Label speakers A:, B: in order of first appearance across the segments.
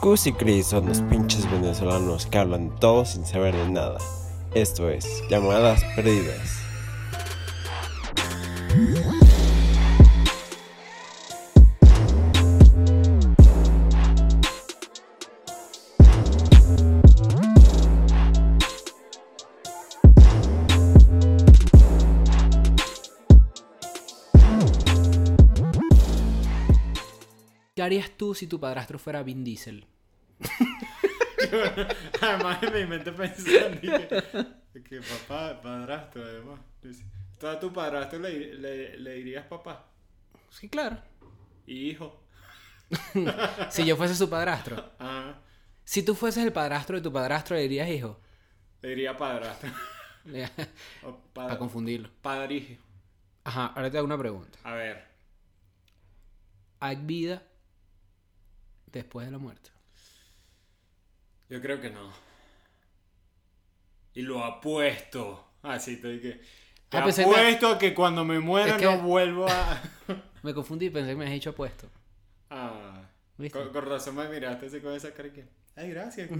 A: Cus y Cris son los pinches venezolanos que hablan todo sin saber de nada. Esto es Llamadas Perdidas.
B: ¿Qué harías tú si tu padrastro fuera Vin Diesel?
C: además Ah, me mente pensando y que, que papá, padrastro, además. Dice, Tú a tu padrastro le, le, le dirías papá
B: Sí, claro.
C: y hijo.
B: Si yo fuese su padrastro.
C: Ah,
B: Si tú fueses el padrastro de tu padrastro, le dirías hijo.
C: le diría padrastro. O
B: Para
C: pad,
B: confundirlo.
C: padrijo.
B: Ajá, ahora te hago una pregunta.
C: A ver,
B: ¿Hay vida después de la muerte?
C: yo creo que no. Y lo apuesto. Así te dije. Te
B: Ah, pensé que-
C: apuesto a que cuando me muera
B: Es que-
C: no vuelvo a.
B: Me confundí y pensé que me has hecho apuesto.
C: Ah,
B: ¿Viste?
C: con, con razón me miraste así con esa cara que. Ay, gracias.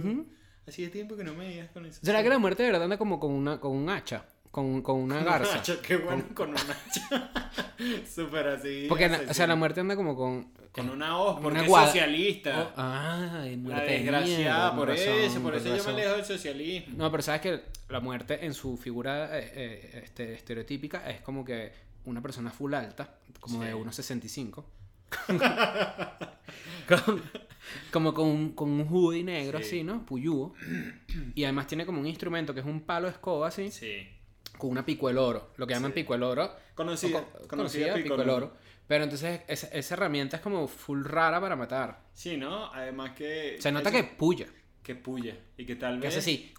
C: Hacía tiempo que no me veías con eso.
B: ¿Será que la muerte de verdad anda como con una, con un hacha? Con, con una garza.
C: Hacha, qué bueno con un hacha. Súper así.
B: Porque, la- o sea, la
C: asesino.
B: muerte anda como con...
C: Con una hoz, porque es
B: guada.
C: socialista.
B: Ah,
C: la
B: muerte de mierda,
C: desgraciada,
B: con
C: por
B: razón,
C: eso. Por
B: con
C: eso yo me
B: razón.
C: alejo del socialismo.
B: No, pero sabes que la muerte en su figura eh, eh, este, estereotípica es como que una persona full alta, como de
C: Sí.
B: 1,65. Con- como con un, con un hoodie negro
C: Sí.
B: así, ¿no? Puyúo. Y además tiene como un instrumento que es un palo de escoba así,
C: Sí.
B: con una pico el oro, lo que llaman
C: Sí.
B: pico el oro.
C: Conocida,
B: O co-
C: conocida,
B: conocida
C: pico
B: pico el oro. Pero entonces esa, esa herramienta es como full rara para matar.
C: Sí, ¿no? Además que.
B: Se nota
C: eso-
B: que puya,
C: Que puya. Y que tal
B: que
C: vez.
B: hace así,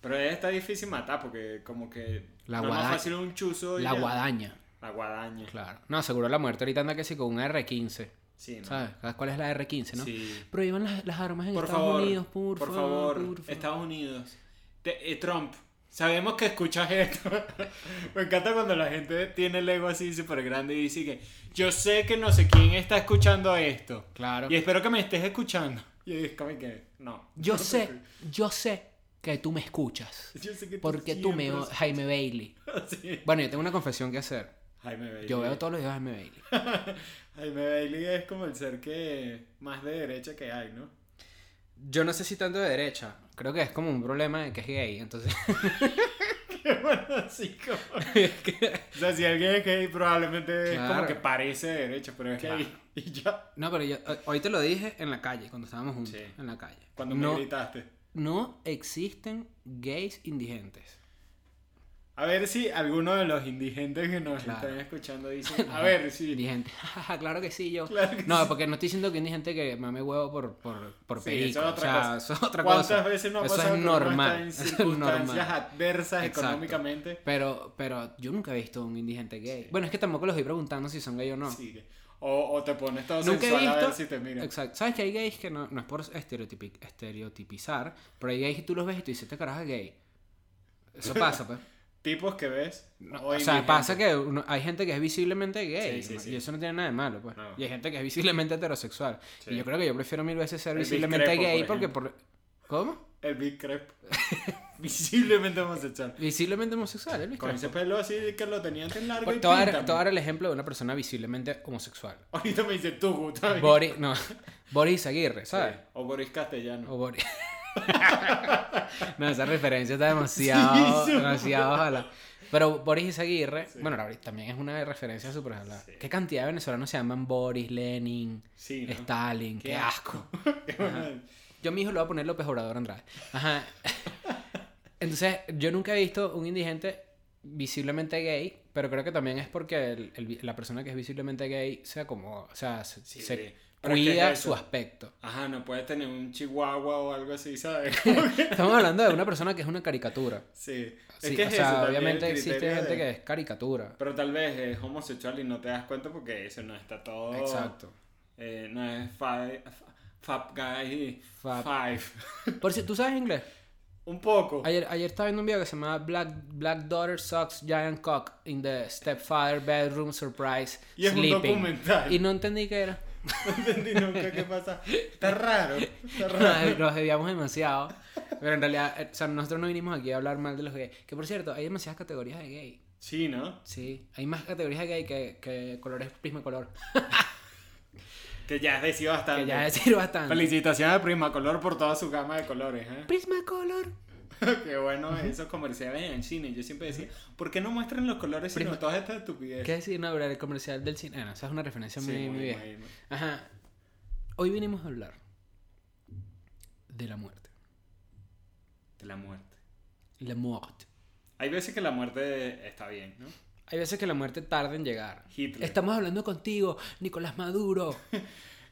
C: Pero está difícil matar porque, como que.
B: La
C: no es más
B: guada-
C: fácil un chuzo. y
B: la
C: ya.
B: guadaña.
C: La guadaña.
B: Claro. No, seguro la muerte ahorita anda que sí con una R15.
C: Sí, ¿no?
B: ¿Sabes? ¿Cuál es la R15, no?
C: Sí.
B: Prohíban las, las armas en
C: Por
B: Estados
C: favor,
B: Unidos, por,
C: por favor,
B: por favor.
C: Estados Unidos. Te- eh, Trump, sabemos que escuchas esto. Me encanta cuando la gente tiene el ego así súper grande y dice que yo sé que no sé quién está escuchando esto.
B: Claro.
C: Y espero que me estés escuchando. Y es como que, no.
B: Yo sé, yo sé que tú me escuchas.
C: Yo sé que tú
B: Porque tú me...
C: siempre
B: o- Jaime Bailey.
C: has- Sí.
B: Bueno, yo tengo una confesión que hacer.
C: Jaime Bailey.
B: Yo veo todos los videos de Jaime Bailey.
C: Jaime Bailey es como el ser que más de derecha que hay, ¿no?
B: Yo no sé si tanto de derecha. Creo que es como un problema de que es gay. Entonces,
C: Qué bueno, así como... O sea, si alguien es gay, probablemente es como
B: Claro.
C: que parece de derecha, pero es gay.
B: Claro.
C: Y ya.
B: no, pero yo eh, hoy te lo dije en la calle, cuando estábamos juntos.
C: Sí.
B: En la calle.
C: Cuando
B: no,
C: me gritaste.
B: no existen gays indigentes.
C: A ver si alguno de los indigentes que nos
B: Claro.
C: están escuchando dicen. A ver si.
B: Indigente. claro que sí, yo.
C: Claro que
B: no, porque no estoy diciendo que indigente que mame huevo por, por, por
C: Sí,
B: perico.
C: eso es otra
B: o sea,
C: cosa.
B: eso es otra
C: ¿Cuántas
B: cosa.
C: veces no ha
B: Eso
C: pasado
B: es
C: que uno está
B: normal.
C: en
B: Eso es
C: circunstancias
B: normal.
C: adversas
B: Exacto.
C: económicamente?
B: Pero, pero yo nunca he visto un indigente gay.
C: Sí.
B: Bueno, es que tampoco los voy preguntando si son gay o no.
C: Sigue. O, o te pones todo
B: Nunca he
C: sensual a ver
B: visto.
C: si te miran.
B: Exacto. Sabes que hay gays que no, no es por estereotipi- estereotipizar, pero hay gays que tú los ves y tú dices, este carajo es gay. Eso pasa, pues.
C: Tipos que ves.
B: No, o sea, pasa que uno- hay gente que es visiblemente gay.
C: Sí, sí,
B: ¿no?
C: sí.
B: Y eso no tiene nada de malo, pues.
C: No.
B: Y hay gente que es visiblemente heterosexual.
C: Sí.
B: Y yo creo que yo prefiero mil veces ser
C: El
B: visiblemente
C: discrepo,
B: gay
C: por
B: porque por... ¿Cómo?
C: El Big Crep. Visiblemente homosexual.
B: Visiblemente homosexual, el
C: Con ese
B: discrepo.
C: pelo así que lo tenía antes largo.
B: Pues,
C: y
B: te voy a dar-
C: píntame.
B: te voy a dar el ejemplo de una persona visiblemente homosexual.
C: Ahorita me dice tú, Gustavo.
B: Boris, no, Boris Aguirre,
C: Sí,
B: ¿sabes?
C: O Boris Castellano.
B: O Boris. no, esa referencia está demasiado,
C: Sí, sí.
B: demasiado ojalá. Pero Boris Aguirre,
C: Sí.
B: bueno, la- también es una referencia súper ojalá.
C: Sí.
B: ¿Qué cantidad de venezolanos se llaman Boris, Lenin,
C: Sí, ¿no?
B: Stalin?
C: Qué
B: Qué, asco. Yo a mi hijo lo voy a poner López Obrador Andrade. Ajá. Entonces, yo nunca he visto un indigente visiblemente gay, pero creo que también es porque el- el- la persona que es visiblemente gay se acomoda, o sea, se,
C: Sí,
B: se
C: sí. Pero es que es
B: cuida
C: eso.
B: su aspecto.
C: Ajá, no puedes tener un chihuahua o algo así, ¿sabes?
B: Estamos hablando de una persona que es una caricatura.
C: Sí.
B: Sí,
C: es que
B: o
C: es
B: sea,
C: eso, también
B: obviamente
C: el
B: existe
C: criterio
B: gente
C: de-
B: que es caricatura.
C: Pero tal vez es homosexual y no te das cuenta porque eso no está todo...
B: Exacto.
C: Eh, no es fi- fa- Fab Guy
B: Fab.
C: Five.
B: Por si tú sabes inglés.
C: Un poco.
B: Ayer, ayer estaba viendo un video que se llamaba Black, Black Daughter Sucks Giant Cock in the Stepfather Bedroom Surprise
C: Y es un
B: Sleeping.
C: documental.
B: Y no entendí qué era.
C: No entendí nunca qué pasa. Está raro. Está raro.
B: Nos, nos debíamos demasiado. Pero en realidad, eh, o sea, nosotros no vinimos aquí a hablar mal de los gays. Que por cierto, hay demasiadas categorías de gay.
C: Sí, ¿no?
B: Sí, hay más categorías de gay que, que colores prismacolor.
C: Que ya has decidido bastante.
B: Que ya es decir bastante.
C: Felicitaciones a Prismacolor por toda su gama de colores. ¿eh?
B: Prismacolor.
C: Qué bueno esos comerciales en el cine. Yo siempre decía, ¿por qué no muestran los colores sino
B: Prisma-
C: todas estas estupideces?
B: ¿Qué decir? No, pero el comercial del cine. Ah, no, esa es una referencia
C: Sí,
B: muy, muy
C: muy
B: vieja.
C: bien, muy bien.
B: Ajá. Hoy vinimos a hablar de la muerte.
C: De la muerte.
B: La muerte.
C: Hay veces que la muerte está bien, ¿no?
B: Hay veces que la muerte tarda en llegar.
C: Hitler.
B: Estamos hablando contigo, Nicolás Maduro.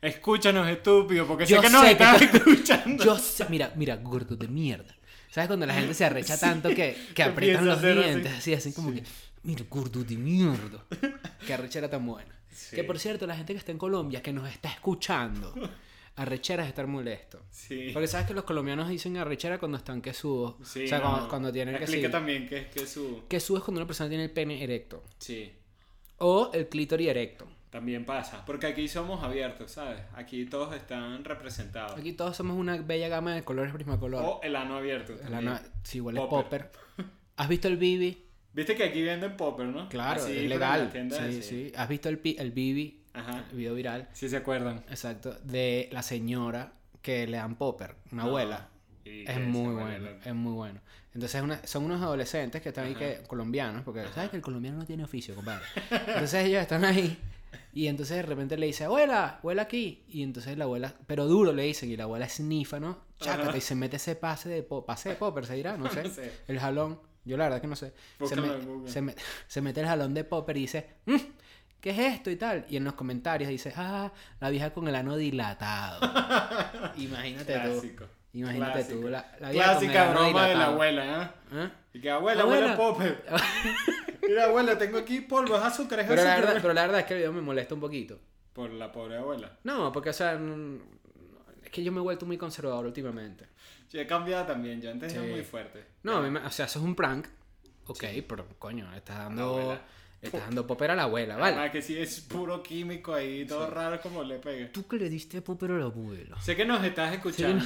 C: Escúchanos, estúpido, porque
B: Yo
C: sé que nos
B: sé que
C: estás
B: tú-
C: escuchando.
B: Yo sé, mira, mira, gordo de mierda. ¿Sabes cuando la gente se arrecha tanto que, que
C: empieza
B: aprietan
C: a
B: los
C: hacer así.
B: dientes? Así, así como que, mira, gordo de mierda. Qué arrechera tan buena.
C: Sí.
B: Que por cierto, la gente que está en Colombia, que nos está escuchando, arrechera es estar molesto.
C: Sí.
B: Porque sabes que los colombianos dicen arrechera cuando están que sudos.
C: Sí,
B: o sea,
C: no.
B: cuando, cuando tienen que
C: Explica
B: sí.
C: también que es que su...
B: Que sudos cuando una persona tiene el pene erecto.
C: Sí,
B: O el clítoris erecto.
C: también pasa. Porque aquí somos abiertos, ¿sabes? Aquí todos están representados.
B: Aquí todos somos una bella gama de colores prismacolor.
C: O el ano abierto.
B: El
C: también.
B: ana- sí, huele
C: Oh, eh, Popper.
B: popper. ¿Has visto el Bibi?
C: Viste que aquí venden popper, ¿no?
B: Claro,
C: Así, pero
B: es
C: Ah, en
B: legal.
C: las tiendas
B: Sí,
C: así.
B: sí. ¿Has visto el, pi- el Bibi?
C: Ajá.
B: El video viral.
C: Sí se acuerdan.
B: Exacto. De la señora que le dan popper, una
C: Ah.
B: abuela.
C: Y que
B: Es
C: se
B: muy
C: muere
B: bueno,
C: la-
B: es muy bueno. Entonces una- son unos adolescentes que están ahí, que, colombianos, porque sabes que el colombiano no tiene oficio, compadre. Entonces ellos están ahí y entonces de repente le dice, abuela, abuela aquí. Y entonces la abuela, pero duro le dicen, y la abuela snifa, ¿no? Chácate
C: Ajá.
B: y se mete ese pase de po- pase de popper, se dirá, no sé.
C: No sé.
B: El jalón, yo la verdad que no sé. Se,
C: Búscalo
B: me-
C: en Google.
B: se me- se mete el jalón de popper y dice, "Mm, ¿qué es esto y tal? Y en los comentarios dice, ah, la vieja con el ano dilatado. Imagínate tú.
C: Clásico.
B: Imagínate
C: Clásico.
B: tú, la- la vida con
C: Clásica
B: el ano
C: broma de la
B: dilatado.
C: abuela, ¿eh?
B: ¿Ah?
C: Y que abuela, abuela,
B: Abuela.
C: popper. Mira, abuela, tengo aquí polvo, es azúcar, es
B: Pero la,
C: azúcar.
B: verdad, pero la verdad es que el video me molesta un poquito.
C: Por la pobre abuela.
B: No, porque, o sea, n- es que yo me he vuelto muy conservador últimamente.
C: Yo he cambiado también, yo antes
B: Sí.
C: era muy fuerte.
B: No, a mí me- o sea, eso es un prank. Ok, pero coño, le estás dando,
C: abuela.
B: le estás dando popper a la abuela,
C: Ah,
B: ¿vale?
C: que sí, es puro químico ahí, todo raro como le pega.
B: Tú que le diste popper a la abuela.
C: Sé que nos estás escuchando.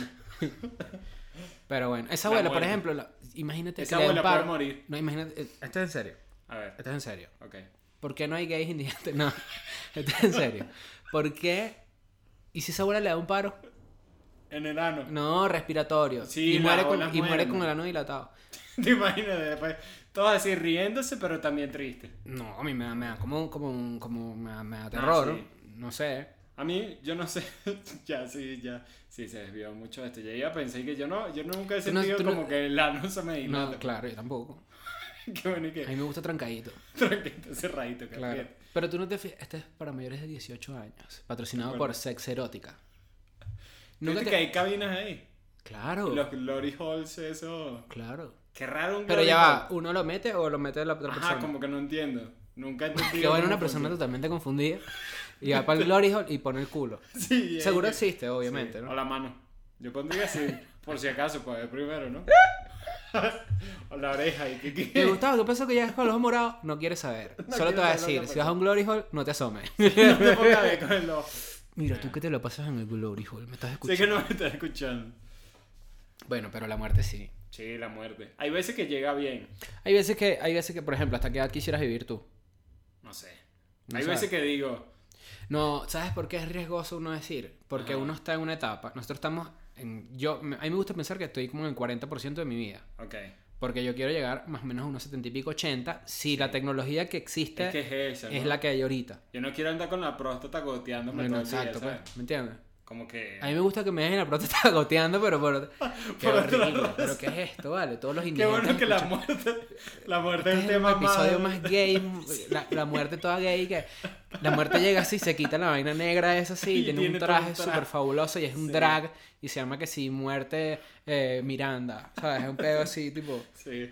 B: Pero bueno, esa
C: La
B: abuela, por
C: muerte.
B: ejemplo, la- imagínate
C: Esa
B: le da un
C: abuela
B: paro.
C: puede morir.
B: No, imagínate, eh, esto es en serio,
C: A ver,
B: esto es en serio.
C: ok.
B: ¿Por qué no hay gays indigentes? No, esto es en serio. ¿Por qué? ¿Y si esa abuela le da un paro?
C: En el ano.
B: No, respiratorio. y,
C: Sí, las
B: muere con,
C: olas
B: y muere
C: mueren.
B: con el ano dilatado.
C: Te imaginas después. Todos así riéndose, pero también tristes.
B: No, a mí me da, me da como, como, un- como me da, me da
C: Ah,
B: terror.
C: sí.
B: No sé.
C: A mí, yo no sé. ya, sí, ya. Sí, se desvió mucho de esto. Yo ya pensé que yo no. Yo nunca he
B: Tú no-
C: sentido
B: tú no-
C: como que el ano se me
B: No,
C: dilata.
B: claro, yo tampoco.
C: Qué bueno y
B: A mí
C: que.
B: me gusta trancadito.
C: Tranquilo, cerradito, que
B: Claro.
C: apriete.
B: Pero tú no te fijas. Este es para mayores de 18 años. Patrocinado por Sex Erótica. Nunca te-
C: Fíjate
B: Oh.
C: que hay cabinas ahí.
B: Claro.
C: Los glory halls, eso.
B: Claro.
C: Qué raro un
B: Pero
C: glory
B: ya va,
C: hall.
B: ¿uno lo mete o lo mete la otra
C: Ajá,
B: persona?
C: como que no entiendo. Nunca entendí.
B: Que bueno,
C: cómo
B: una persona
C: funciona.
B: totalmente confundida y va para el glory hole y pone el culo.
C: Sí, eh,
B: Seguro
C: que-
B: existe, obviamente,
C: Sí,
B: ¿no?
C: O la mano. Yo pondría así, por si acaso, para ver primero, ¿no? o la oreja y que, que-
B: ¿Te gustaba? ¿Tú piensas que llegas con los ojos morados? No quieres saber.
C: No
B: Solo
C: quiero
B: te voy a
C: saber lo que
B: decir, si
C: pasó.
B: vas a un glory hole, no te asomes.
C: no te pongas a ver con el ojo.
B: Mira, tú que te lo pasas en el glory hole, me estás
C: Sé
B: escuchando.
C: que no me estás escuchando.
B: Bueno, pero la muerte sí.
C: Sí, la muerte. Hay veces que llega bien.
B: Hay veces que, hay veces que, por ejemplo, hasta qué edad quisieras vivir tú.
C: No sé.
B: No
C: Hay
B: sabes.
C: veces que digo,
B: No, ¿sabes por qué es riesgoso uno decir? Porque
C: Ajá.
B: uno está en una etapa. Nosotros estamos en. Yo, me- a mí me gusta pensar que estoy como en el 40% de mi vida.
C: ok.
B: Porque yo quiero llegar más o menos a unos 70 y pico, 80, si la tecnología que existe
C: Es que es esa.
B: es
C: ¿no?
B: la que hay ahorita.
C: Yo no quiero andar con la próstata goteándome
B: Bueno,
C: todo el día,
B: exacto,
C: ¿sabes?
B: pues, ¿me entiendes?
C: Como que.
B: A mí me gusta que me dejen la próstata goteando, pero por... Qué
C: Por otra
B: horrible,
C: razón.
B: pero ¿qué es esto, vale? Todos los
C: Qué
B: indigentes...
C: bueno que la
B: escuchan-
C: muerte. La muerte
B: Este
C: es
B: es
C: el
B: el
C: tema más.
B: episodio más gay, la, la muerte toda gay, que la muerte llega así, se quita la vaina negra esa así,
C: Y
B: y tiene,
C: tiene
B: un
C: todo un
B: traje
C: traje.
B: súper fabuloso y es un
C: Sí.
B: drag y se llama que sí, muerte eh, Miranda, ¿sabes? Es un pedo así, tipo...
C: Sí.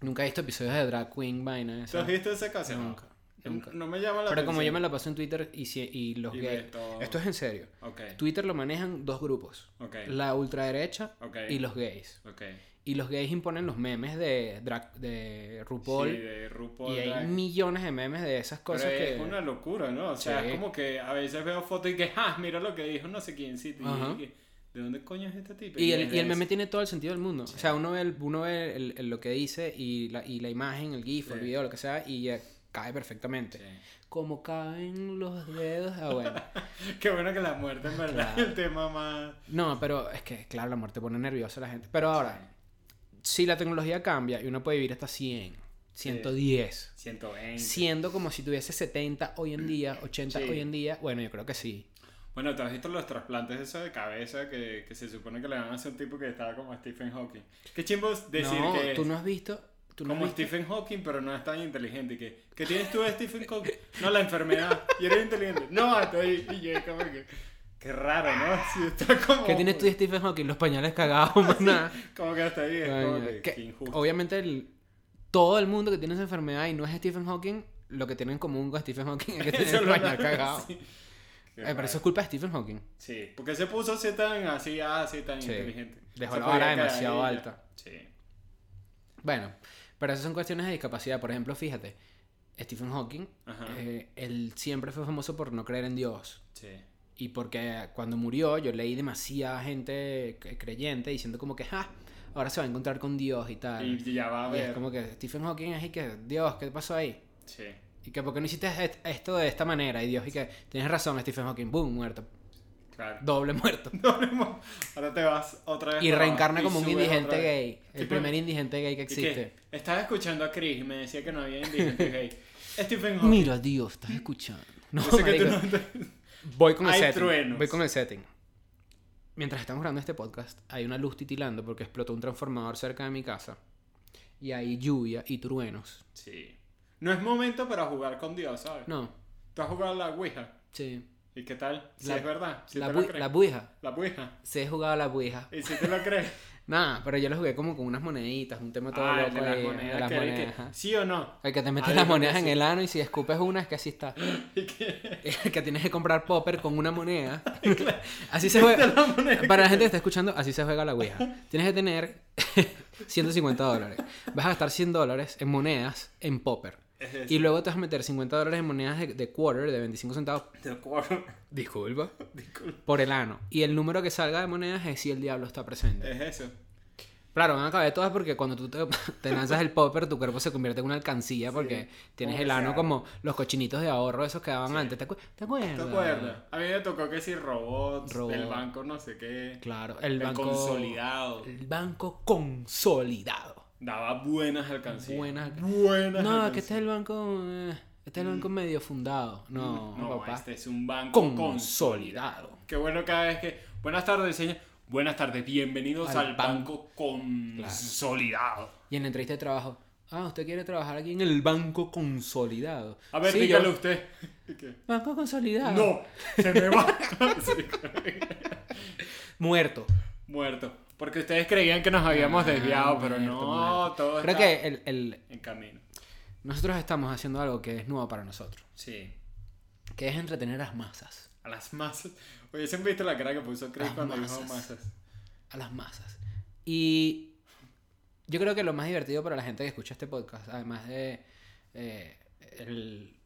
B: Nunca he visto episodios de drag queen, vaina
C: ¿Tú
B: esa.
C: has visto esa canción?
B: Nunca. Nunca.
C: No me llama la
B: Pero como yo me
C: atención.
B: la paso en Twitter y, si- y los
C: Y
B: gays.
C: ves todo.
B: Esto es en serio.
C: Ok,
B: Twitter lo manejan dos grupos:
C: ok,
B: la ultraderecha
C: ok,
B: y los gays.
C: ok.
B: Y los gays imponen los memes de, drag- de RuPaul.
C: Sí, de RuPaul.
B: y hay
C: drag.
B: millones de memes de esas cosas
C: Pero
B: que.
C: es una locura, ¿no? O sea,
B: Sí.
C: es como que a veces veo fotos y que, ah, mira lo que dijo no sé quién sí. Y yo
B: Ajá.
C: dije, ¿de dónde coño es este tipo?
B: Y el,
C: es
B: y el
C: de
B: meme
C: ese.
B: tiene todo el sentido del mundo. O sea, uno ve, el- uno ve el- el- lo que dice y la, y la imagen, el GIF, el
C: Sí.
B: video, lo que sea, y ya cae perfectamente. Como caen los dedos. Ah, bueno.
C: Sí. Qué bueno que la muerte, en verdad,
B: Claro.
C: el tema más.
B: No, pero es que, claro, la muerte pone nerviosa a la gente. Pero ahora, si la tecnología cambia y uno puede vivir hasta 100, 110,
C: 120.
B: siendo como si tuviese 70 hoy en día, 80
C: Sí.
B: hoy en día, bueno, yo creo que sí.
C: Bueno, ¿te has visto los trasplantes eso de cabeza que, que se supone que le van a hacer un tipo que estaba como Stephen Hawking? Qué chimbos decir
B: no,
C: que.
B: tú no has visto. Tú no has
C: Como
B: visto-
C: Stephen Hawking, pero no es tan inteligente. que ¿Qué tienes tú de Stephen Hawking? No, la enfermedad. Y eres inteligente. No, estoy. Y yo como que. Qué raro, ¿no? Si está como.
B: ¿Qué tienes tú de Stephen Hawking? Los pañales cagados, maná.
C: Como que hasta ahí es como
B: Coño, Oh,
C: que,
B: que
C: qué injusto.
B: obviamente el- todo el mundo que tiene esa enfermedad y no es Stephen Hawking, lo que tienen en común con Stephen Hawking es que tiene
C: Eso
B: el
C: lo-
B: pañal cagado.
C: sí. Qué
B: Eh, pero
C: raro.
B: eso es culpa de Stephen Hawking.
C: Sí, porque se puso así tan así, ah, así tan
B: Sí.
C: inteligente.
B: Dejó
C: Se
B: la
C: podía
B: vara
C: quedar
B: demasiado
C: ahí, ya.
B: alta.
C: Sí.
B: Bueno, pero esas son cuestiones de discapacidad. Por ejemplo, fíjate, Stephen Hawking,
C: Ajá.
B: eh, él siempre fue famoso por no creer en Dios.
C: Sí.
B: Y porque cuando murió yo leí demasiada gente c- creyente diciendo como que, ja, ahora se va a encontrar con Dios y tal. Y,
C: Y ya va a ver.
B: es como que Stephen Hawking es y que, Dios, ¿qué pasó ahí?
C: Sí.
B: Y que, ¿por qué no hiciste est- esto de esta manera? Y Dios, y que, tienes razón, Stephen Hawking, boom, muerto.
C: Claro.
B: Doble muerto.
C: Ahora te vas otra vez.
B: Y
C: para abajo
B: reencarna
C: y
B: como un
C: subes
B: indigente
C: otra vez.
B: gay. El
C: Tipo,
B: primer indigente gay que
C: ¿y qué?
B: existe.
C: Estaba escuchando a Chris y me decía que no había indigente gay. Stephen Hawking.
B: Mira, Dios, estás escuchando. No,
C: Yo sé que tú
B: marico.
C: no te-
B: Voy con el
C: Hay
B: setting.
C: truenos.
B: Voy con el setting. Mientras estamos grabando este podcast, hay una luz titilando porque explotó un transformador cerca de mi casa. Y hay lluvia y truenos.
C: Sí. No es momento para jugar con Dios, ¿sabes?
B: No,
C: Tú has jugado a la Ouija.
B: sí.
C: ¿Y qué tal? Si
B: La-
C: es verdad. Si
B: la,
C: te lo
B: bui-
C: crees.
B: la buija.
C: La Ouija.
B: Se he jugado a la buija.
C: ¿Y si te lo crees?
B: Nada, pero yo lo jugué como con unas moneditas, un tema todo
C: ah, el
B: loco
C: de las
B: ahí,
C: monedas.
B: de las
C: que- que-
B: monedas, ajá.
C: ¿Sí o no?
B: El que te metes
C: Ahí
B: las
C: donde
B: monedas en
C: sí.
B: el ano y si escupes una es que así está.
C: ¿Y qué?
B: El que tienes que comprar popper con una moneda. así se juega.
C: la moneda que
B: Para la gente que está escuchando, así se juega la Ouija. Tienes que tener 150 dólares. Vas a gastar 100 dólares en monedas en popper.
C: Es eso.
B: Y luego te vas a meter 50 dólares en monedas de, de quarter, de 25 centavos.
C: Te acuerdo.
B: Disculpa.
C: Disculpa.
B: Por el ano. Y el número que salga de monedas es si el diablo está presente.
C: Es eso.
B: Claro, van a caber todas porque cuando tú te, te lanzas el popper, tu cuerpo se convierte en una alcancía porque tienes
C: como
B: el
C: que
B: ano
C: Oh, sea.
B: como los cochinitos de ahorro esos que daban antes. ¿Te, acuer- te acuerdas?
C: ¿Te acuerdas? A mí me tocó que si robots,
B: Robot.
C: el banco no sé qué.
B: Claro, el,
C: El
B: banco
C: consolidado.
B: El banco consolidado.
C: Daba buenas alcancías.
B: Buenas alca-
C: Buenas
B: No,
C: alcancías.
B: que este es el banco. eh, este es el banco medio fundado. No,
C: Mm. No,
B: papá.
C: este es un banco consolidado.
B: Consolidado.
C: Qué bueno cada vez que... Buenas tardes, señor. Buenas tardes, bienvenidos
B: Al
C: al, banco, consolidado.
B: Y en la entrevista de trabajo. Ah, usted quiere trabajar aquí en el banco consolidado.
C: A ver,
B: Sí,
C: dígalo
B: yo-
C: usted. ¿Y qué?
B: Banco consolidado.
C: No, se me va. Sí.
B: Muerto.
C: Muerto. Porque ustedes creían que nos habíamos
B: Ah,
C: desviado, pero
B: muerto,
C: no,
B: muerto.
C: todo
B: Creo
C: está
B: que el- el,
C: en camino.
B: Nosotros estamos haciendo algo que es nuevo para nosotros,
C: Sí.
B: que es entretener a las masas.
C: A las masas. Oye, siempre viste la cara que puso Chris
B: Las
C: cuando dijo
B: masas.
C: masas.
B: A las masas. Y yo creo que lo más divertido para la gente que escucha este podcast, además de eh, el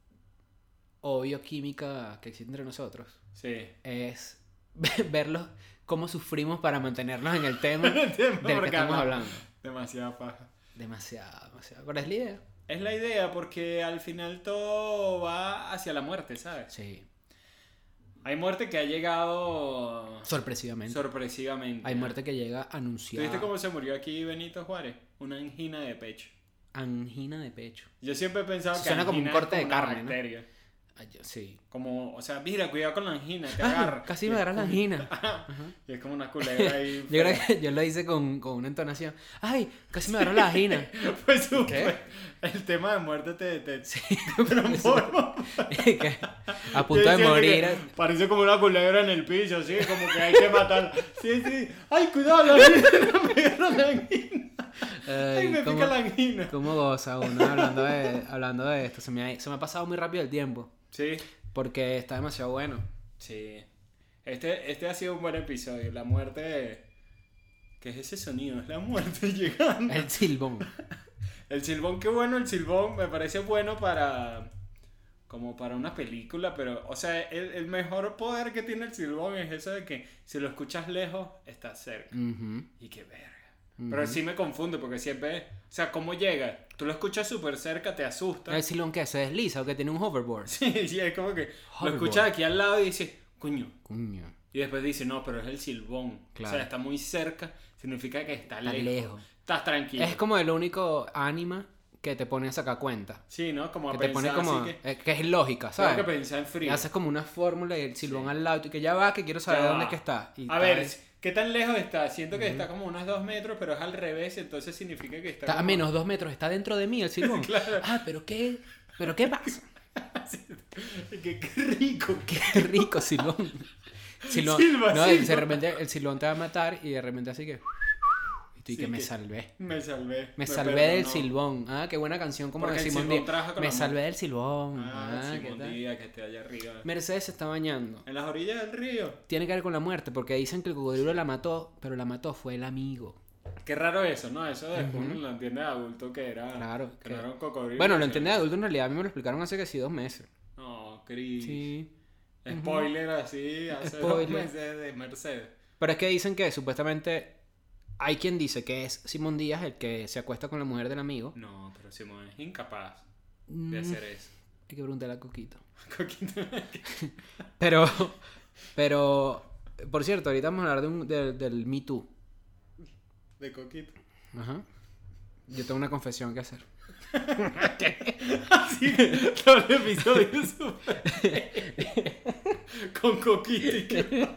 B: obvio química que existe entre nosotros,
C: Sí.
B: es ve- verlos cómo sufrimos para mantenernos en el tema del
C: Porque
B: que estamos
C: habla
B: hablando.
C: Demasiada paja.
B: Demasiado, demasiado. Pero es la idea.
C: Es la idea porque al final todo va hacia la muerte, ¿sabes?
B: Sí,
C: Hay muerte que ha llegado
B: sorpresivamente.
C: sorpresivamente.
B: Hay
C: ¿no?
B: muerte que lega
C: ¿Tú viste
B: anunciada.
C: cómo se murió aquí Benito Juárez? Una angina de pecho.
B: Angina de pecho.
C: Yo siempre he pensado que
B: Suena como un
C: angina es
B: corte de
C: una
B: carne, ¿no?
C: bacteria.
B: Ay, yo- sí.
C: Como, o sea, mira, cuidado con la angina, te
B: Ay,
C: agarra.
B: Casi
C: Y
B: me
C: es
B: agarras la
C: como-
B: angina.
C: Y es como una culebra ahí.
B: Yo creo que yo lo hice con, con una entonación. ¡Ay! Casi me agarró la vagina.
C: Pues súper. El tema de muerte te, te transforma.
B: Que a punto de
C: Yo decía
B: morir.
C: que Parece como una culebra en el piso, así como que hay que matarla. Sí, sí. ¡Ay, cuidado! La angina, me agarró la angina. Ay, me
B: ¿cómo-
C: pica la angina.
B: ¿Cómo goza uno hablando de, hablando de esto? Se me, ha, se me ha pasado muy rápido el tiempo.
C: Sí,
B: Porque está demasiado bueno.
C: sí. Este, este ha sido un buen episodio. La muerte. ¿Qué es ese sonido? Es la muerte llegando.
B: El silbón.
C: El silbón, qué bueno, el silbón me parece bueno para. como para una película, pero. O sea, el, el mejor poder que tiene el silbón es eso de que si lo escuchas lejos, estás cerca.
B: Ujú.
C: Y qué verga. Pero sí me confunde porque siempre. O sea, ¿cómo llega? Tú lo escuchas súper cerca, te asusta.
B: El silbón que se desliza o que tiene un hoverboard.
C: Sí, sí, es como que. Lo
B: Hoverboard.
C: escuchas aquí al lado y dices, coño.
B: Coño.
C: Y después dice, no, pero es el silbón. O
B: Claro.
C: sea, está muy cerca, significa que está,
B: Está
C: lejos.
B: lejos.
C: Estás tranquilo.
B: Es como el único ánima que te pone a sacar cuenta.
C: Sí, ¿no? Como a
B: Que te
C: pensar
B: pone como.
C: así que...
B: eh, que es lógica,
C: Tengo que
B: ¿sabes?
C: pensar en
B: Y
C: frío.
B: haces como una fórmula y el silbón al lado. Y que ya va, que quiero saber
C: Ya
B: dónde
C: va.
B: es que está. Y
C: a
B: está
C: ver,
B: ahí.
C: ¿qué tan lejos está? Siento que está como unos dos metros, pero es al revés, entonces significa que está...
B: Está a
C: como-
B: menos dos metros, está dentro de mí el silbón. Ah, pero qué. ¿Pero qué pasa?
C: Qué, qué rico.
B: Qué rico silbón. Silbón.
C: Silba,
B: no, y
C: silba.
B: de repente el silbón te va a matar y de repente así que. Y tú y
C: Sí,
B: que me
C: que-
B: salvé.
C: Me salvé.
B: Me salvé del
C: perdonó.
B: silbón. Ah, qué buena canción como
C: Porque
B: de
C: el
B: Simón
C: silbón
B: Díaz.
C: trabaja con
B: Me
C: la
B: salvé del silbón.
C: Ah,
B: Ah, ¿qué
C: Simón
B: tal?
C: Díaz, que esté allá arriba.
B: Mercedes se está bañando.
C: En las orillas del río.
B: Tiene que ver con la muerte, porque dicen que el cocodrilo la mató, pero la mató fue el amigo.
C: Qué raro eso, ¿no? Eso después uno lo entiende de adulto que era...
B: Claro,
C: Que
B: que-
C: no era un cocodrilo.
B: Bueno,
C: que
B: lo
C: se-
B: entendí de adulto en realidad, a mí me lo explicaron hace que sí dos meses.
C: No, Cris.
B: Sí.
C: Spoiler así, hace
B: Spoiler.
C: dos meses de Mercedes.
B: Pero es que dicen que supuestamente hay quien dice que es Simón Díaz el que se acuesta con la mujer del amigo.
C: No, pero Simón es incapaz
B: Mm,
C: de hacer eso.
B: Hay que preguntarle a Coquito.
C: Coquito.
B: Pero, pero, por cierto, ahorita vamos a hablar de un- del- del Me Too.
C: De Coquito.
B: Ajá. Yo tengo una confesión que hacer.
C: Así que todo el episodio es súper- Con Coquito y que.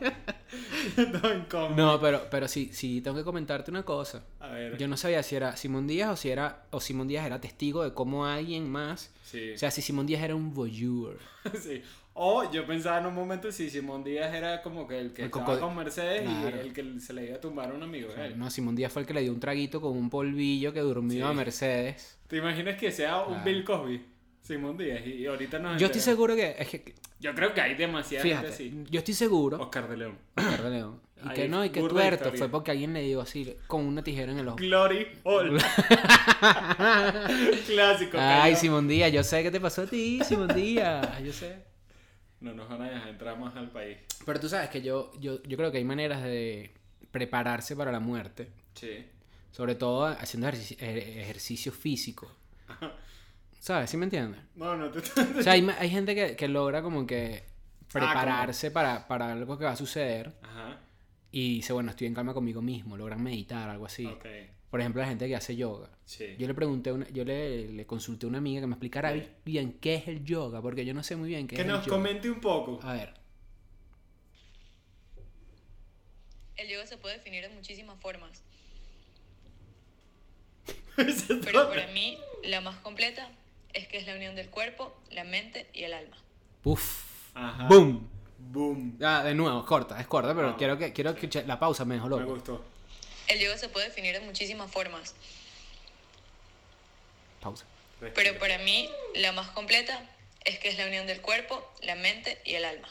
C: Todo en coma.
B: No, pero, pero sí, sí, tengo que comentarte una cosa.
C: A ver.
B: Yo no sabía si era Simón Díaz o si era, o Simón Díaz era testigo de cómo alguien más,
C: Sí.
B: o sea, si Simón Díaz era un voyeur.
C: sí. O yo pensaba en un momento si Simón Díaz era como que el que
B: El
C: estaba
B: cocod-
C: con Mercedes
B: Claro.
C: y el que se le iba a tumbar a un amigo de él.
B: No, Simón Díaz fue el que le dio un traguito con un polvillo que durmió
C: Sí.
B: a Mercedes.
C: ¿Te imaginas que sea un
B: Claro.
C: Bill Cosby? Simón Díaz. Y ahorita nos
B: Yo estoy
C: enteramos.
B: seguro que, es que,
C: Yo creo que hay demasiada
B: fíjate,
C: gente así.
B: yo estoy seguro,
C: Oscar de León.
B: Oscar de León, y
C: Ahí,
B: que no, y que
C: burda
B: tuerto,
C: historia.
B: fue porque alguien le dio así, con una tijera en el ojo.
C: Glory Hall. Clásico.
B: Ay,
C: cayó.
B: Simón Díaz, yo sé qué te pasó a ti, Simón Díaz, yo sé.
C: No nos van a dejar entrar más al país.
B: Pero tú sabes que yo, yo, yo creo que hay maneras de prepararse para la muerte,
C: Sí.
B: sobre todo haciendo ejerci- eh, ejercicio físico. ¿Sabes? ¿Sí me entiendes?
C: No, no te
B: O sea, hay, ma- hay gente que, que logra como que
C: Ah,
B: prepararse para, para algo que va a suceder
C: Ajá.
B: y dice, bueno, estoy en calma conmigo mismo, logran meditar, algo así.
C: Ok.
B: Por ejemplo, la gente que hace yoga.
C: Sí.
B: Yo le pregunté, a una- yo le, le consulté a una amiga que me explicara
C: Sí.
B: bien qué es el yoga, porque yo Ah. no sé muy bien qué
C: que
B: es el
C: nos
B: yoga.
C: comente un poco.
B: A ver.
D: El yoga se puede definir de muchísimas formas, pero para
C: Pero
D: mí la más completa es que es la unión del cuerpo, la mente y el alma.
B: Puf.
C: Ajá.
B: Boom.
C: Boom.
B: Ah, de nuevo, es corta, es corta, pero
C: Ah,
B: quiero que quiero que che- la pausa me dejó
C: Me
B: loco.
C: gustó.
D: El yoga se puede definir de muchísimas formas,
B: Pausa.
D: pero para mí la más completa es que es la unión del cuerpo, la mente y el alma.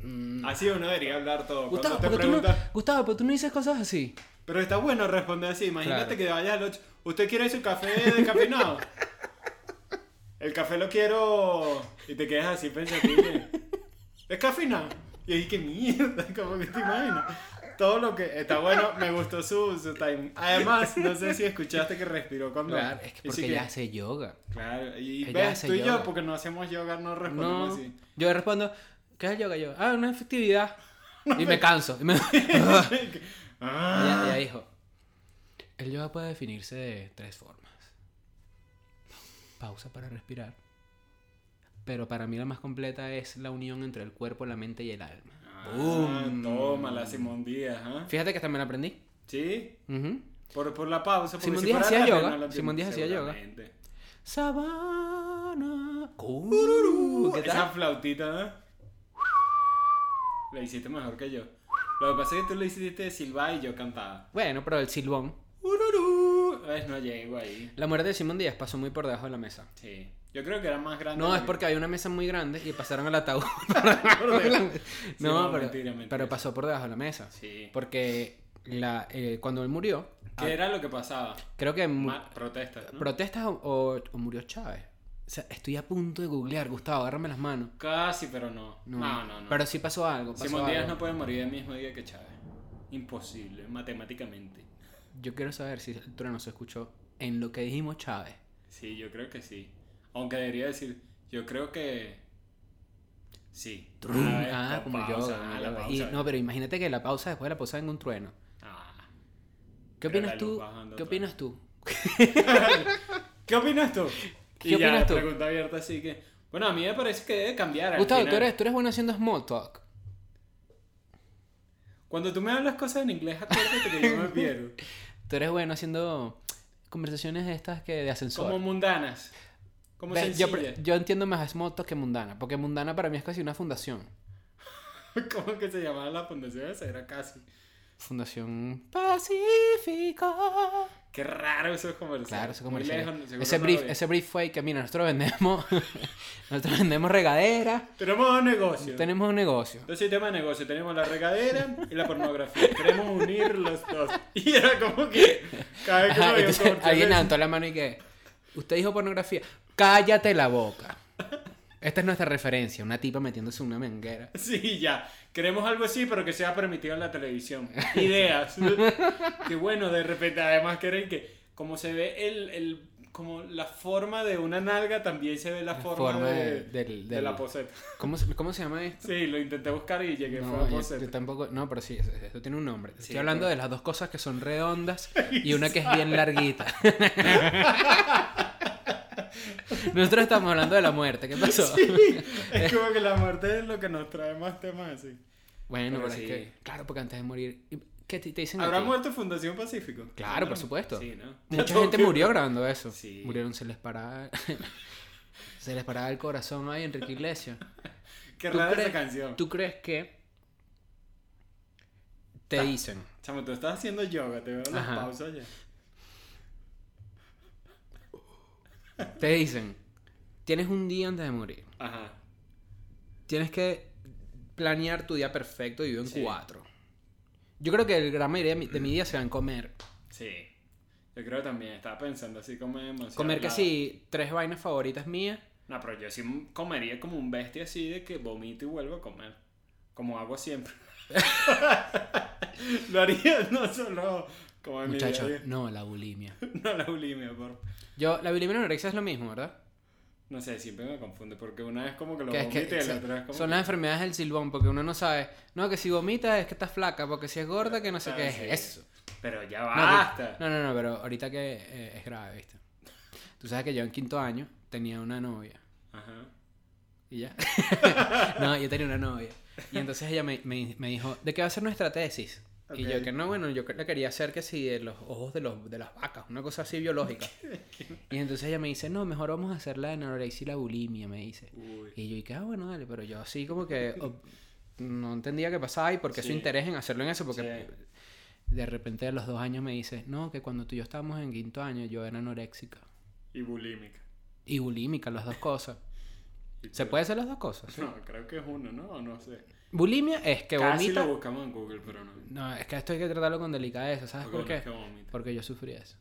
C: Mm. Así uno debería hablar todo.
B: Gustavo,
C: Cuando te
B: pero tú no,
C: preguntan-
B: Gustavo, pero tú no dices cosas así.
C: Pero está bueno responder así. Imagínate
B: Claro.
C: que vayas al 8. ¿Usted quiere su café descafeinado? El café lo quiero. Y te quedas así pensativo. Descafeinado. Y ahí que mierda, como que te imaginas. Todo lo que. Está bueno, me gustó su, su time. Además, no sé si escuchaste que respiró cuando.
B: Claro, es que
C: y sí
B: porque ella hace yoga.
C: Claro, y
B: ella
C: ves,
B: hace
C: tú y yo,
B: yoga.
C: porque no hacemos yoga, no respondemos
B: No.
C: así.
B: Yo respondo, ¿qué es el yoga yo? Ah, una efectividad. y me canso. Y me...
C: Ah,
B: ella, ella dijo, el yoga puede definirse de tres formas. Pausa para respirar. Pero para mí la más completa es la unión entre el cuerpo, la mente y el alma. Boom.
C: Ah, Toma la Simón Díaz, ¿ah?
B: Fíjate que también aprendí.
C: ¿Sí?
B: Ujú.
C: Por, por la pausa. porque
B: Simón
C: si
B: Díaz
C: fuera
B: hacía
C: rápido,
B: yoga,
C: no lo entiendo.
B: Simón Díaz hacía yoga.
C: Seguramente.
B: Sabana. Uh, ¿Qué
C: Esa
B: tal?
C: flautita, ¿no? La hiciste mejor que yo. Lo que pasa es que tú lo hiciste silbar y yo cantaba.
B: Bueno, pero el silbón.
C: Ururú. Ay, no llego ahí.
B: La muerte de Simón Díaz pasó muy por debajo de la mesa.
C: Sí. Yo creo que era más grande.
B: No,
C: que-
B: es porque había una mesa muy grande y pasaron al ataúd.
C: Sí,
B: no,
C: Ah, no,
B: pero,
C: mentira, mentira.
B: pero pasó por debajo de la mesa.
C: Sí.
B: Porque la, eh, cuando él murió,
C: ¿Qué era lo que pasaba?
B: creo que mu-
C: Ma- protestas, ¿no?
B: protestas o, o- o murió Chávez. O sea, estoy a punto de googlear, Gustavo, agárrame las manos.
C: Casi, pero no. No,
B: No,
C: no, no.
B: Pero sí pasó algo. pasó
C: Simón Díaz
B: algo.
C: no puede morir el mismo día que Chávez. Imposible, matemáticamente.
B: Yo quiero saber si el trueno se escuchó en lo que dijimos Chávez.
C: Sí, yo creo que sí. Aunque debería decir, yo creo que sí.
B: Trum.
C: A ver,
B: ah,
C: la
B: como
C: pausa,
B: yo.
C: ah,
B: como
C: la
B: yo.
C: pausa.
B: Y- no, pero imagínate que la pausa después de la pausa venga un trueno.
C: Ah.
B: ¿Qué
C: Pero la
B: opinas
C: luz
B: tú?
C: bajando
B: ¿Qué
C: otra
B: opinas tú?
C: ¿Qué opinas tú?
B: ¿Qué
C: Y ya,
B: opinas tú?
C: Pregunta abierta, así que. Bueno, a mí me parece que debe cambiar. al
B: Gustavo, tú
C: final.
B: eres, tú eres bueno haciendo small talk.
C: Cuando tú me hablas cosas en inglés, acuérdate que yo me pierdo.
B: Tú eres bueno haciendo conversaciones de estas que de ascensor.
C: Como mundanas. Como
B: Ve, yo, pre-
C: sencillas.
B: yo entiendo más small talk que mundana, porque mundana para mí es casi una fundación.
C: Como que se llamaba la fundación esa, era casi.
B: Fundación Pacífico.
C: Qué raro eso conversar.
B: Claro, ese
C: Muy
B: comercial.
C: lejos, seguro
B: ese,
C: no
B: brief,
C: lo vi.
B: ese brief fue que, mira, nosotros vendemos, nosotros vendemos regaderas,
C: Tenemos dos negocios.
B: tenemos un negocio.
C: Dos sistemas de negocio. Tenemos la regadera y la pornografía. Queremos unir los dos. Y era como que. Cada vez que uno
B: Ajá,
C: veía un
B: entonces,
C: comercial,
B: alguien
C: decía,
B: levantó la mano y que, usted dijo pornografía, cállate la boca. Esta es nuestra referencia, una tipa metiéndose en una menguera.
C: Sí, ya. Queremos algo así, pero que sea permitido en la televisión. Ideas. que bueno, de repente, además quieren que, como se ve el, el- como la forma de una nalga, también se ve la, forma,
B: forma de-
C: de,
B: del-
C: de
B: del-
C: la poseta.
B: ¿Cómo, se- cómo se llama esto?
C: Sí, lo intenté buscar y llegué fue
B: No,
C: a
B: yo-
C: poseta.
B: yo tampoco, no, pero sí, esto tiene un nombre. Estoy
C: Sí,
B: hablando
C: pero-
B: de las dos cosas que son redondas y una que es bien larguita. Nosotros estamos hablando de la muerte, ¿qué pasó?
C: es como que la muerte es lo que nos trae más temas así.
B: Bueno,
C: Pero
B: pero,
C: sí.
B: es que, claro, porque antes de morir, ¿qué te, te dicen? a
C: ¿Habrá
B: ti?
C: muerto Fundación Pacífico?
B: Claro, por supuesto.
C: Sí, ¿no?
B: Mucha
C: Tengo
B: gente
C: que-
B: murió grabando eso.
C: Sí.
B: Murieron, se les paraba. se les paraba el corazón ahí, Enrique Iglesias.
C: Qué
B: ¿Tú
C: rara esa
B: crees-
C: canción.
B: ¿Tú crees que te dicen?
C: Chamo, tú estás haciendo yoga, te veo en las
B: Ajá.
C: pausas ya.
B: Te dicen, tienes un día antes de morir.
C: Ajá.
B: Tienes que planear tu día perfecto y yo en
C: Sí.
B: cuatro. Yo creo que el gran mayoría de mi, de mi día se van a comer.
C: Sí. Yo creo también, estaba pensando así comer demasiado.
B: comer que
C: helado.
B: sí, tres vainas favoritas mías.
C: No, pero yo sí comería como un bestia así de que vomito y vuelvo a comer. Como hago siempre. Lo haría no solo como en mi día a
B: Muchachos,
C: día.
B: no, la bulimia.
C: No la bulimia, por...
B: Yo, la bulimia y la anorexia es lo mismo, ¿verdad?
C: No sé, siempre me confunde porque una es como que lo
B: Que es
C: vomito
B: que-
C: y la
B: son,
C: otra es como...
B: son las enfermedades del silbón, porque uno no sabe. No, que si vomitas es que estás flaca, porque si es gorda, que no sé
C: Ah,
B: qué es
C: sí.
B: eso.
C: Pero ya
B: No, tú-
C: basta.
B: No, no, no, pero ahorita que eh, es grave, ¿viste? Tú sabes que yo en quinto año tenía una novia.
C: Ajá.
B: Y ya. no, yo tenía una novia. Y entonces ella me, me- me dijo, ¿de qué va a ser nuestra tesis? Y yo
C: Ok.
B: que no, bueno, yo la quería hacer que si de los ojos de, los, de las vacas, una cosa así biológica. y entonces ella me dice, no, mejor vamos a hacer la anorexia y la bulimia, me dice.
C: Uy.
B: Y yo, y que, ah, bueno, dale, pero yo así como que ob- no entendía qué pasaba y por qué
C: Sí.
B: su interés en hacerlo en eso, porque
C: Sí.
B: de repente a los dos años me dice, no, que cuando tú y yo estábamos en quinto año yo era anoréxica
C: Y bulímica.
B: y bulímica, las dos cosas.
C: Y
B: ¿Se
C: tú-
B: puede hacer las dos cosas?
C: No, creo que es uno, ¿no? O No sé.
B: Bulimia es que
C: Casi
B: vomita.
C: lo buscamos en Google, pero no.
B: No, es que esto hay que tratarlo con delicadeza, ¿sabes por
C: Porque uno es
B: qué?
C: que vomita.
B: Porque yo sufrí eso.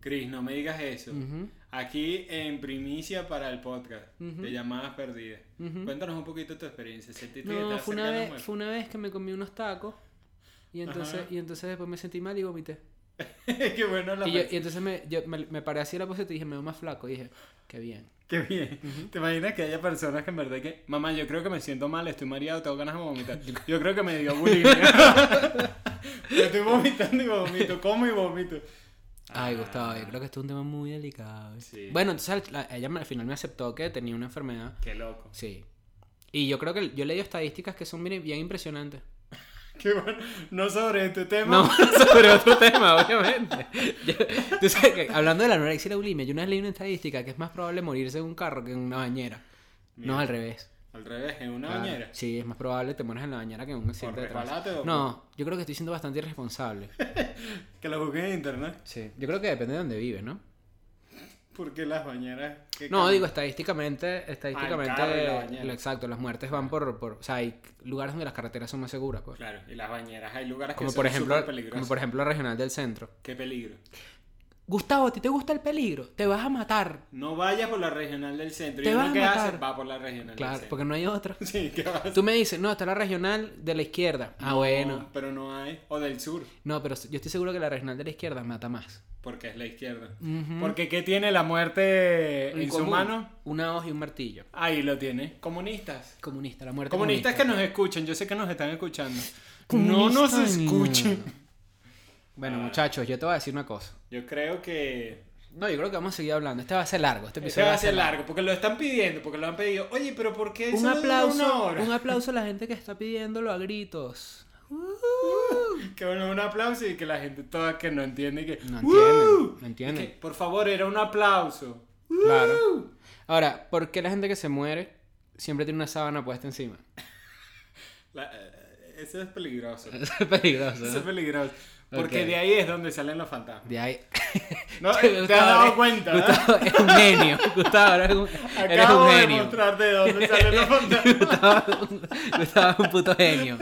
C: Cris, no me digas eso.
B: Ujú.
C: Aquí en primicia para el podcast
B: Ujú.
C: de llamadas perdidas.
B: Ujú.
C: Cuéntanos un poquito tu experiencia. ¿Sentiste que
B: No,
C: estabas
B: fue una,
C: cercana a
B: vez, fue una vez que me comí unos tacos y entonces,
C: Ajá.
B: y entonces después me sentí mal y vomité.
C: muerte? Qué bueno la
B: Y, yo-
C: pers-
B: y entonces me, yo- me, me paré así en la poseta y dije, me veo más flaco. Y dije, qué bien.
C: Qué bien. ¿Te imaginas que haya personas que en verdad que, mamá, yo creo que me siento mal, estoy mareado, tengo ganas de vomitar? Yo creo que me dio bulimia. yo estoy vomitando y vomito, como y vomito.
B: Ay,
C: Ah.
B: Gustavo, yo creo que esto es un tema muy delicado.
C: Sí.
B: Bueno, entonces al- la- ella me- al final me aceptó que tenía una enfermedad.
C: Qué loco.
B: Sí. Y yo creo que yo leí estadísticas que son bien, bien impresionantes.
C: Qué bueno. No sobre este
B: No,
C: tema.
B: sobre otro tema, obviamente. Yo- tú sabes que hablando de la anorexia y la bulimia, yo una vez leí una estadística que es más probable morirse en un carro que en una bañera.
C: Mira.
B: No, al revés.
C: Al revés, en una
B: Claro.
C: bañera.
B: Sí, es más probable te mueras en la bañera que en un accidente de
C: resbalate
B: tránsito.
C: o por-
B: No, yo creo que estoy siendo bastante irresponsable.
C: Que la busquen en internet.
B: Sí. Yo creo que depende de dónde vives, ¿no?
C: Porque las bañeras. ¿Qué
B: No,
C: cam-
B: digo, estadísticamente, estadísticamente,
C: carro y la bañera.
B: lo exacto, las muertes van por, por, o sea, hay lugares donde las carreteras son más seguras, pues.
C: Claro, y las bañeras hay lugares
B: Como
C: que
B: por,
C: son
B: ejemplo,
C: súper peligrosos.
B: como por ejemplo la regional del centro.
C: Qué peligro.
B: Gustavo, ¿a ti te gusta el peligro? Te vas a matar.
C: No vayas por la regional del centro.
B: Te
C: y uno
B: vas a
C: que hace,
B: matar.
C: va por la regional del
B: Claro,
C: centro.
B: porque no hay otra.
C: Sí, ¿qué vas a hacer?
B: Tú me dices, no, está la regional de la izquierda. Ah,
C: No,
B: bueno.
C: Pero no hay. O del sur,
B: No, pero yo estoy seguro que la regional de la izquierda mata más.
C: porque es la izquierda.
B: Ujú.
C: Porque ¿qué tiene la muerte en su
B: común,
C: mano?
B: Una hoja y un martillo.
C: Ahí lo tiene. Comunistas.
B: Comunista, la muerte
C: Comunistas que
B: comunista.
C: nos escuchan, yo sé que nos están escuchando. No
B: Comunistas
C: nos
B: de
C: escuchen.
B: Bueno, muchachos, yo te voy a decir una cosa.
C: Yo creo que.
B: No, yo creo que vamos a seguir hablando. Este va a ser largo. Este
C: Se
B: episodio
C: va a hacer largo, porque lo están pidiendo, porque lo han pedido. Oye, pero ¿por qué
B: Un
C: solo dura una
B: aplauso,
C: hora?
B: un aplauso a la gente que está pidiéndolo a gritos.
C: Que bueno, un aplauso y que la gente toda que no entiende que.
B: No
C: ¡Uh!
B: entienden, no entienden.
C: Y que, por favor, era un aplauso.
B: Claro. Ahora, ¿por qué la gente que se muere siempre tiene una sábana puesta encima?
C: La- eh, eso es peligroso. Eso
B: Eso es peligroso.
C: es
B: ¿no?
C: peligroso. Porque
B: Ok.
C: de ahí es donde salen los fantasmas.
B: De ahí.
C: No, te has dado
B: eres-
C: cuenta. ¿verdad?
B: eh, Gustavo, eres un genio. Gustavo, eres un, eres
C: Acabo
B: un
C: de
B: genio.
C: mostrarte de dónde salen los fantasmas.
B: Gustavo es un puto genio.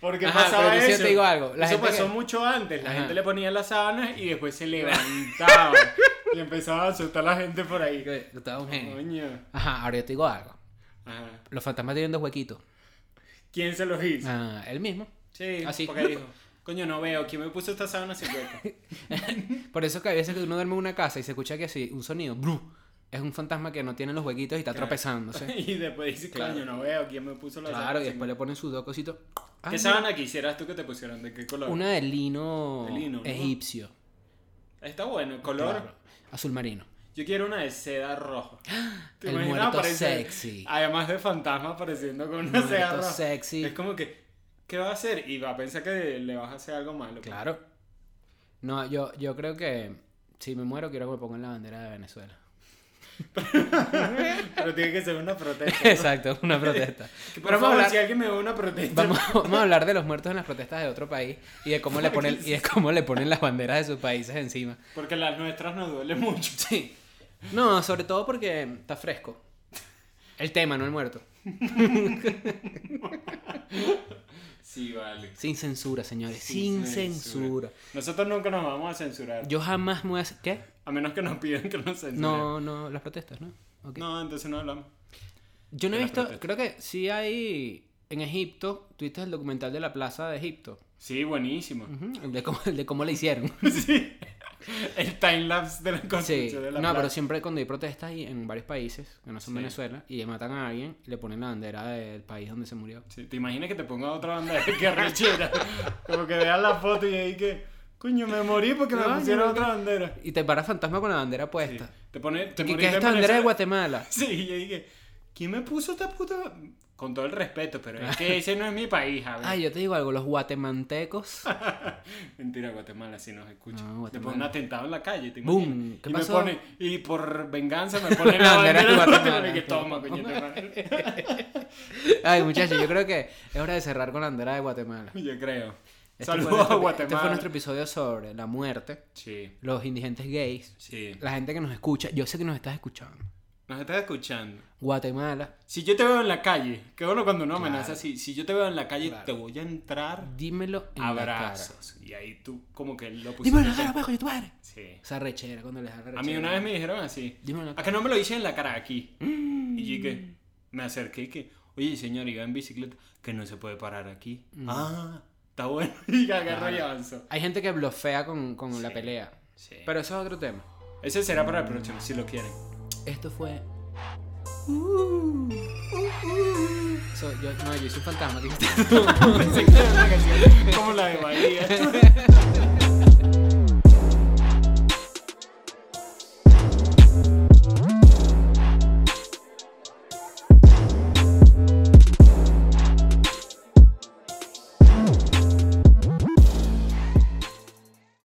C: Porque
B: Ajá,
C: pasaba
B: pero yo sí
C: eso.
B: te digo algo, la
C: eso
B: gente
C: pasó
B: que-
C: mucho antes. La
B: Ajá.
C: gente le ponía las sábanas y después se levantaba. y empezaba a asustar a la gente por ahí.
B: Gustavo es un genio.
C: Coño.
B: Ajá, ahora yo te digo algo.
C: Ajá.
B: Los fantasmas tienen dos huequitos.
C: ¿Quién se los hizo?
B: Ah, el mismo.
C: Sí,
B: Así.
C: porque dijo, coño, no veo, ¿quién me puso esta sábana sin hueco?
B: Por eso que a veces que uno duerme en una casa y se escucha que así, un sonido, ¡bru! es un fantasma que no tiene los huequitos y está
C: Claro.
B: tropezándose.
C: y después dice, coño,
B: Claro.
C: no veo, ¿quién me puso la
B: Claro, y
C: sin
B: después le ponen sus dos cositos.
C: hueco?
B: Ah,
C: ¿Qué
B: mira,
C: sábana quisieras tú que te pusieran? ¿De qué color?
B: Una de lino,
C: De lino, ¿no?
B: egipcio.
C: Está bueno, el color.
B: Claro. Azul marino.
C: Yo quiero una de seda roja.
B: El muerto sexy.
C: Además de fantasma apareciendo con una
B: Muerto
C: seda roja.
B: sexy.
C: Es como que, ¿qué va a hacer? Y va a pensar que le vas a hacer algo malo.
B: Claro. No, yo, yo creo que si me muero quiero que me pongan la bandera de Venezuela.
C: Pero tiene que ser una protesta. ¿no?
B: Exacto, una protesta.
C: Que, por
B: Pero vamos a
C: favor,
B: hablar...
C: si alguien me ve una protesta.
B: Vamos, vamos a hablar de los muertos en las protestas de otro país y de cómo le ponen y de cómo le ponen las banderas de sus países encima.
C: Porque las nuestras nos duele mucho.
B: Sí. No, sobre todo porque está fresco. El tema, no el muerto.
C: Sí, vale.
B: Sin censura, señores. Sin, censura.
C: Nosotros nunca nos vamos a censurar.
B: Yo jamás me voy a... ce- ¿Qué?
C: A menos que nos pidan que nos censuren.
B: No, no, las protestas, ¿no? Ok.
C: No, entonces no hablamos.
B: Yo no he
C: de las
B: visto...
C: protestas.
B: Creo que sí hay... En Egipto, tuviste el documental de la plaza de Egipto.
C: Sí, buenísimo.
B: Ujú, el de, cómo, el de cómo le hicieron.
C: sí. El timelapse de la
B: Sí.
C: construcción de la
B: No, pero
C: plaza.
B: siempre cuando hay protestas y en varios países, que no son
C: Sí.
B: Venezuela, y le matan a alguien, le ponen la bandera del país donde se murió.
C: Sí, ¿Te imaginas que te ponga otra banda de guerrillera? Como que veas la foto y ahí que... Coño, me morí porque me
B: Coño,
C: pusieron
B: ¿no?
C: otra bandera.
B: Y te para fantasma con la bandera
C: Sí.
B: puesta.
C: Te pone... Te
B: ¿Qué,
C: moriste
B: qué es
C: en
B: esta bandera de
C: Venezuela.
B: Guatemala?
C: Sí, y ahí que... ¿Quién me puso esta puta...? Con todo el respeto, pero es que ese no es mi país, a ver.
B: Ay, yo te digo algo, los guatemantecos.
C: Mentira, Guatemala si nos escucha.
B: No,
C: Te
B: Ah, Guatemala.
C: ponen atentado en la calle, te
B: Boom.
C: imaginas?
B: ¿Qué
C: y
B: pasó?
C: Me ponen, y por venganza me ponen la
B: La bandera
C: bandera
B: de Guatemala.
C: de Guatemala. Y que toma, coño, te va".
B: Ay, muchachos, yo creo que es hora de cerrar con la bandera de Guatemala.
C: Yo creo.
B: Este fue nuestro-
C: Saludos a
B: Este fue
C: Guatemala.
B: nuestro episodio sobre la muerte,
C: Sí,
B: los indigentes gays,
C: sí.
B: la gente que nos escucha. Yo sé que nos estás escuchando.
C: Nos estás escuchando.
B: Guatemala,
C: Si yo te veo en la calle, que bueno cuando no amenaza así, si yo te veo en la calle, te voy a entrar
B: dímelo en
C: a
B: la cara.
C: brazos. Y ahí tú como que lo pusiste.
B: Dímelo en la
C: así.
B: cara, pues, coño, tu madre.
C: Sí.
B: Esa rechera cuando les da la
C: A mí
B: rechera.
C: una vez me dijeron así.
B: Dímelo en la
C: ¿A que no me lo hice en la cara aquí?
B: Mm.
C: Y yo que me acerqué y que, oye señor, iba en bicicleta, que no se puede parar aquí.
B: Mm.
C: Ah, está bueno. Y agarro y avanzo.
B: Hay gente que blofea con, con la pelea.
C: Sí.
B: Pero eso es otro tema.
C: Ese será para el próximo, si lo quieren.
B: Esto fue. uh, So, uh. yo, no, yo soy un fantasma. ¿qué dijiste?
C: Pensé que era una canción como la de Bahía.